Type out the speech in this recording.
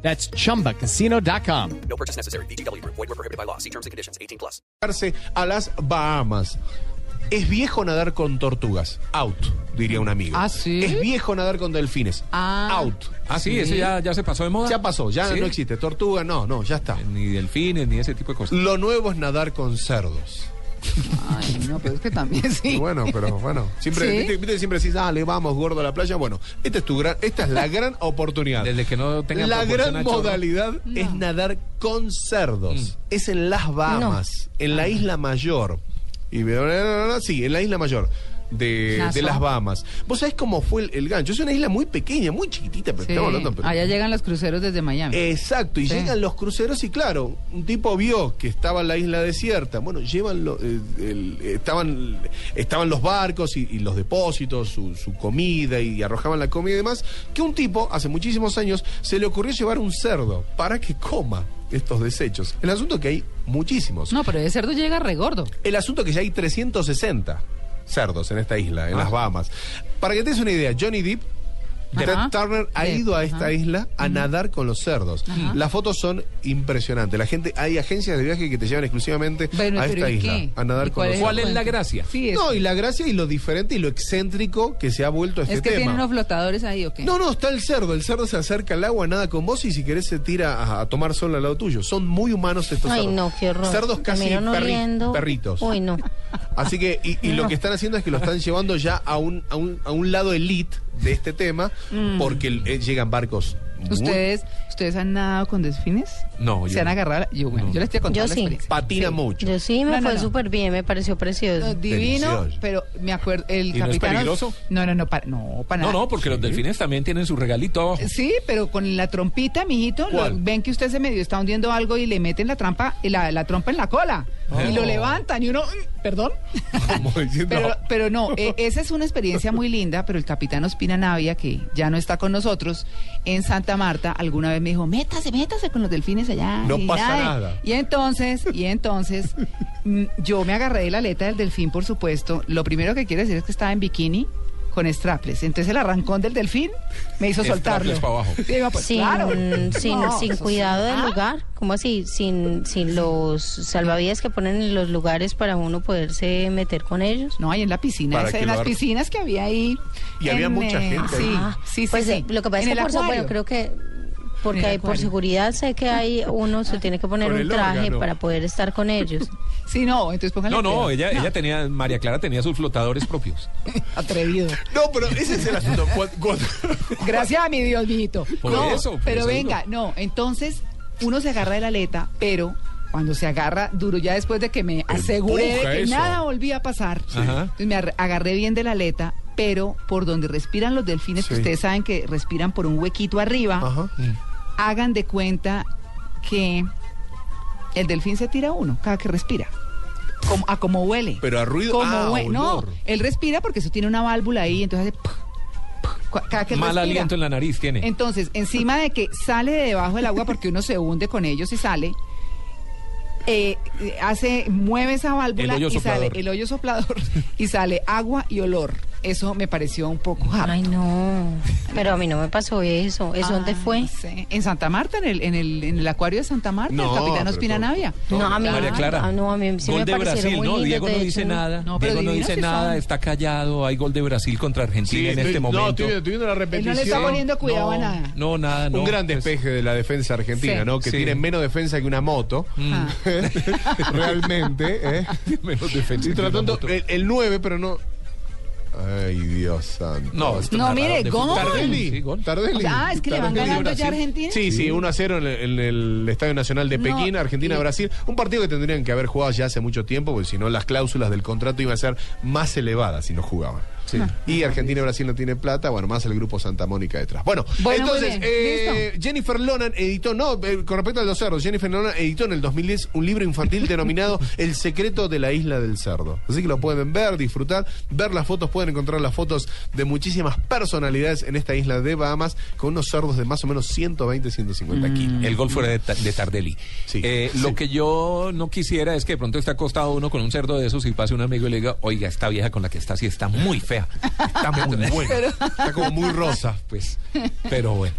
That's chumbacasino.com. No purchase necessary. BGW. Void were prohibited by law. See terms and conditions. 18 plus. embarcarse a las Bahamas. Es viejo nadar con tortugas. Out, diría un amigo. ¿Ah, sí? Es viejo nadar con delfines. Out. Ah, sí, ese ya, ya se pasó de moda. Ya pasó, ya Sí. no existe. Tortuga, no, no, ya está. Ni delfines, ni ese tipo de cosas. Lo nuevo es nadar con cerdos. Ay, no, pero es que también Y sí. Bueno, pero bueno. Siempre, Sí. viste- viste, siempre decís, dale, vamos, gordo a la playa. Bueno, esta es tu gran, esta es la gran oportunidad. Desde que no tengan La proporción gran a chorro. Mm. modalidad es nadar con cerdos. Es en las Bahamas, en Ah. la isla mayor. Y veo- no, no, no, sí, en la isla mayor de, de Nassau. las Bahamas. ¿Vos sabés cómo fue el, el gancho? Es una isla muy pequeña, muy chiquitita, pero Sí. estamos hablando. Pues pero- Eh, Allá llegan los cruceros desde Miami. Exacto, y Sí. llegan los cruceros y claro, un tipo vio que estaba la isla desierta, bueno, llevan lo- eh, el- eh, estaban, estaban los barcos y, y los depósitos, su, su comida y arrojaban la comida y demás, que un tipo hace muchísimos años se le ocurrió llevar un cerdo para que coma estos desechos. El asunto es que hay muchísimos. No, pero ese cerdo llega regordo. El asunto es que ya hay 360 cerdos en esta isla, en Ah. las Bahamas. Para que te des una idea, Johnny Depp, Ajá. Ted Turner ha Depp, ido a ajá. esta isla a nadar con los cerdos. Ajá. Las fotos son impresionantes. La gente, hay agencias de viaje que te llevan exclusivamente Bueno, a pero esta ¿y isla qué? a nadar ¿Y con los el cerdos. ¿Cuál es la cuento? gracia? Sí, es, No, y la gracia y lo diferente y lo excéntrico que se ha vuelto este es que tema. tienen unos flotadores ahí, ¿o qué? No, no, está el cerdo. El cerdo se acerca al agua, nada con vos y si querés se tira a, a tomar sol al lado tuyo. Son muy humanos estos Ay, cerdos. no, qué horror. Cerdos casi Terminaron perri- oliendo. perritos. Uy, no. Así que, y, y lo que están haciendo es que lo están llevando ya a un, a un, a un lado elite de este tema, Mm. porque eh, llegan barcos. muy- ¿Ustedes, ¿Ustedes han nadado con delfines? No, ¿Se yo han no. agarrado? a la- Yo, bueno, No. yo les estoy contando Yo la sí. experiencia. Patina Sí. mucho. Yo sí me No, no, fue no. súper bien, me pareció No, precioso. divino, Delicioso. pero me acuerdo, el ¿Y no es capitán... peligroso? No, no, no, para, no, para No, nada. no, porque los delfines también tienen su regalito abajo. Sí, pero con la trompita, mijito, lo- ¿Cuál? ven que usted se medio está hundiendo algo y le meten la trampa, la, la trompa en la cola. Oh. Y lo levantan y uno, "Mm, perdón. Como diciendo, Pero, pero no, eh, esa es una experiencia muy linda, pero el capitán Ospina Navia, que ya no está con nosotros, en Santa Marta, alguna vez me dijo, métase, métase con los delfines allá. No y pasa de-". nada. Y entonces, y entonces, mm, yo me agarré de la aleta del delfín, por supuesto. Lo primero que quiero decir es que estaba en bikini con straples. Entonces el arrancón del delfín me hizo soltarlo. Strapless pa' abajo. Y digo, pues, sin, claro. sin, No, sin eso sí. cuidado del Ah, lugar, ¿cómo así? Sin, sin los salvavidas que ponen en los lugares para uno poderse meter con ellos. No, ahí en la piscina, Para esa- que en lo las ar- piscinas que había ahí. Y había en, eh, mucha gente Ah, Sí, ahí. sí, sí. pues sí. eh, lo que pasa En es el que por, su- acuario. bueno, creo que En porque el hay, por acuario. Ah. seguridad sé que hay uno se tiene que poner Con un el traje órgano. para poder estar con ellos. Sí, no, entonces póngale. No, no, cuidado. ella, ella tenía, María Clara tenía sus flotadores propios. Atrevido. No, pero ese es el asunto. Cuando- cuando- Gracias a mi Dios, mijito. Por no, eso, por pero eso venga, no, entonces uno se agarra de la aleta, pero cuando se agarra duro, ya después de que me aseguré de Empuja que eso. nada volvía a pasar, Ajá. entonces me ar- agarré bien de la aleta, pero por donde respiran los delfines, que Sí. ustedes saben que respiran por un huequito arriba, Ajá. hagan de cuenta que el delfín se tira a uno cada que respira. Como- a como huele. Pero a ruido- Como ah, hue- No, olor. él respira porque eso tiene una válvula ahí, entonces hace. puh, puh, cua- cada que él Mal respira. aliento en la nariz tiene. Entonces, encima de que sale de debajo del agua porque uno se hunde con ellos y sale, eh, hace, mueve esa válvula El hoyo y soplador. sale el hoyo soplador y sale agua y olor. Eso me pareció un poco harto. Ay, no. Pero a mí no me pasó eso. ¿Eso dónde Ah, fue? sí. En Santa Marta, en el, en el, en el acuario de Santa Marta, No, el capitán pero Ospina todo- Navia. No, a mí María no. Clara. Ah, no, a mí sí gol me de parecieron Brasil, muy ¿no? lindos, Diego de no hecho, dice no. nada. No, pero Diego no divinos dice sí nada, son. está callado. Hay gol de Brasil contra Argentina en estoy- este momento. No, estoy, viendo- estoy viendo la Él repetición. no le está poniendo cuidado no, a nada. No, nada, no. Un gran Pues, despeje de la defensa argentina, Sí. ¿no? Que Sí. Mm. tienen menos defensa que una moto. Ah. Realmente, ¿eh? menos defensa Estoy que una tratando moto. el, el 9, pero no. Ay, Dios santo. No, esto No, narrador mire, de gol. fútbol. Tardelli. Sí, gol. Tardelli. Ah, es que le van Tardelli. ganando Brasil. ya a Argentina. Sí, sí, 1 a 0 en el, en el Estadio Nacional de No, Pekín, Argentina-Brasil. Un partido que tendrían que haber jugado ya hace mucho tiempo, porque si no, las cláusulas del contrato iban a ser más elevadas si no jugaban. Sí. Y Argentina y Brasil no tienen plata, bueno, más el grupo Santa Mónica detrás. Bueno, Bueno, muy entonces, bien. eh, Jennifer Lonan editó, no, eh, con respecto a los cerdos, Jennifer Lonan editó en el 2010 un libro infantil denominado El secreto de la isla del cerdo. Así que lo pueden ver, disfrutar, ver las fotos, pueden encontrar las fotos de muchísimas personalidades en esta isla de Bahamas con unos cerdos de más o menos 120, Mm. 150 kilos. El golf fuera pues, de, Ta- de Tardelli. Sí, Eh, sí. Lo que yo no quisiera es que de pronto esté acostado uno con un cerdo de esos y pase un amigo y le diga, oiga, esta vieja con la que está así está muy fea. Está muy buena. Está como muy rosa. Pues, pero bueno.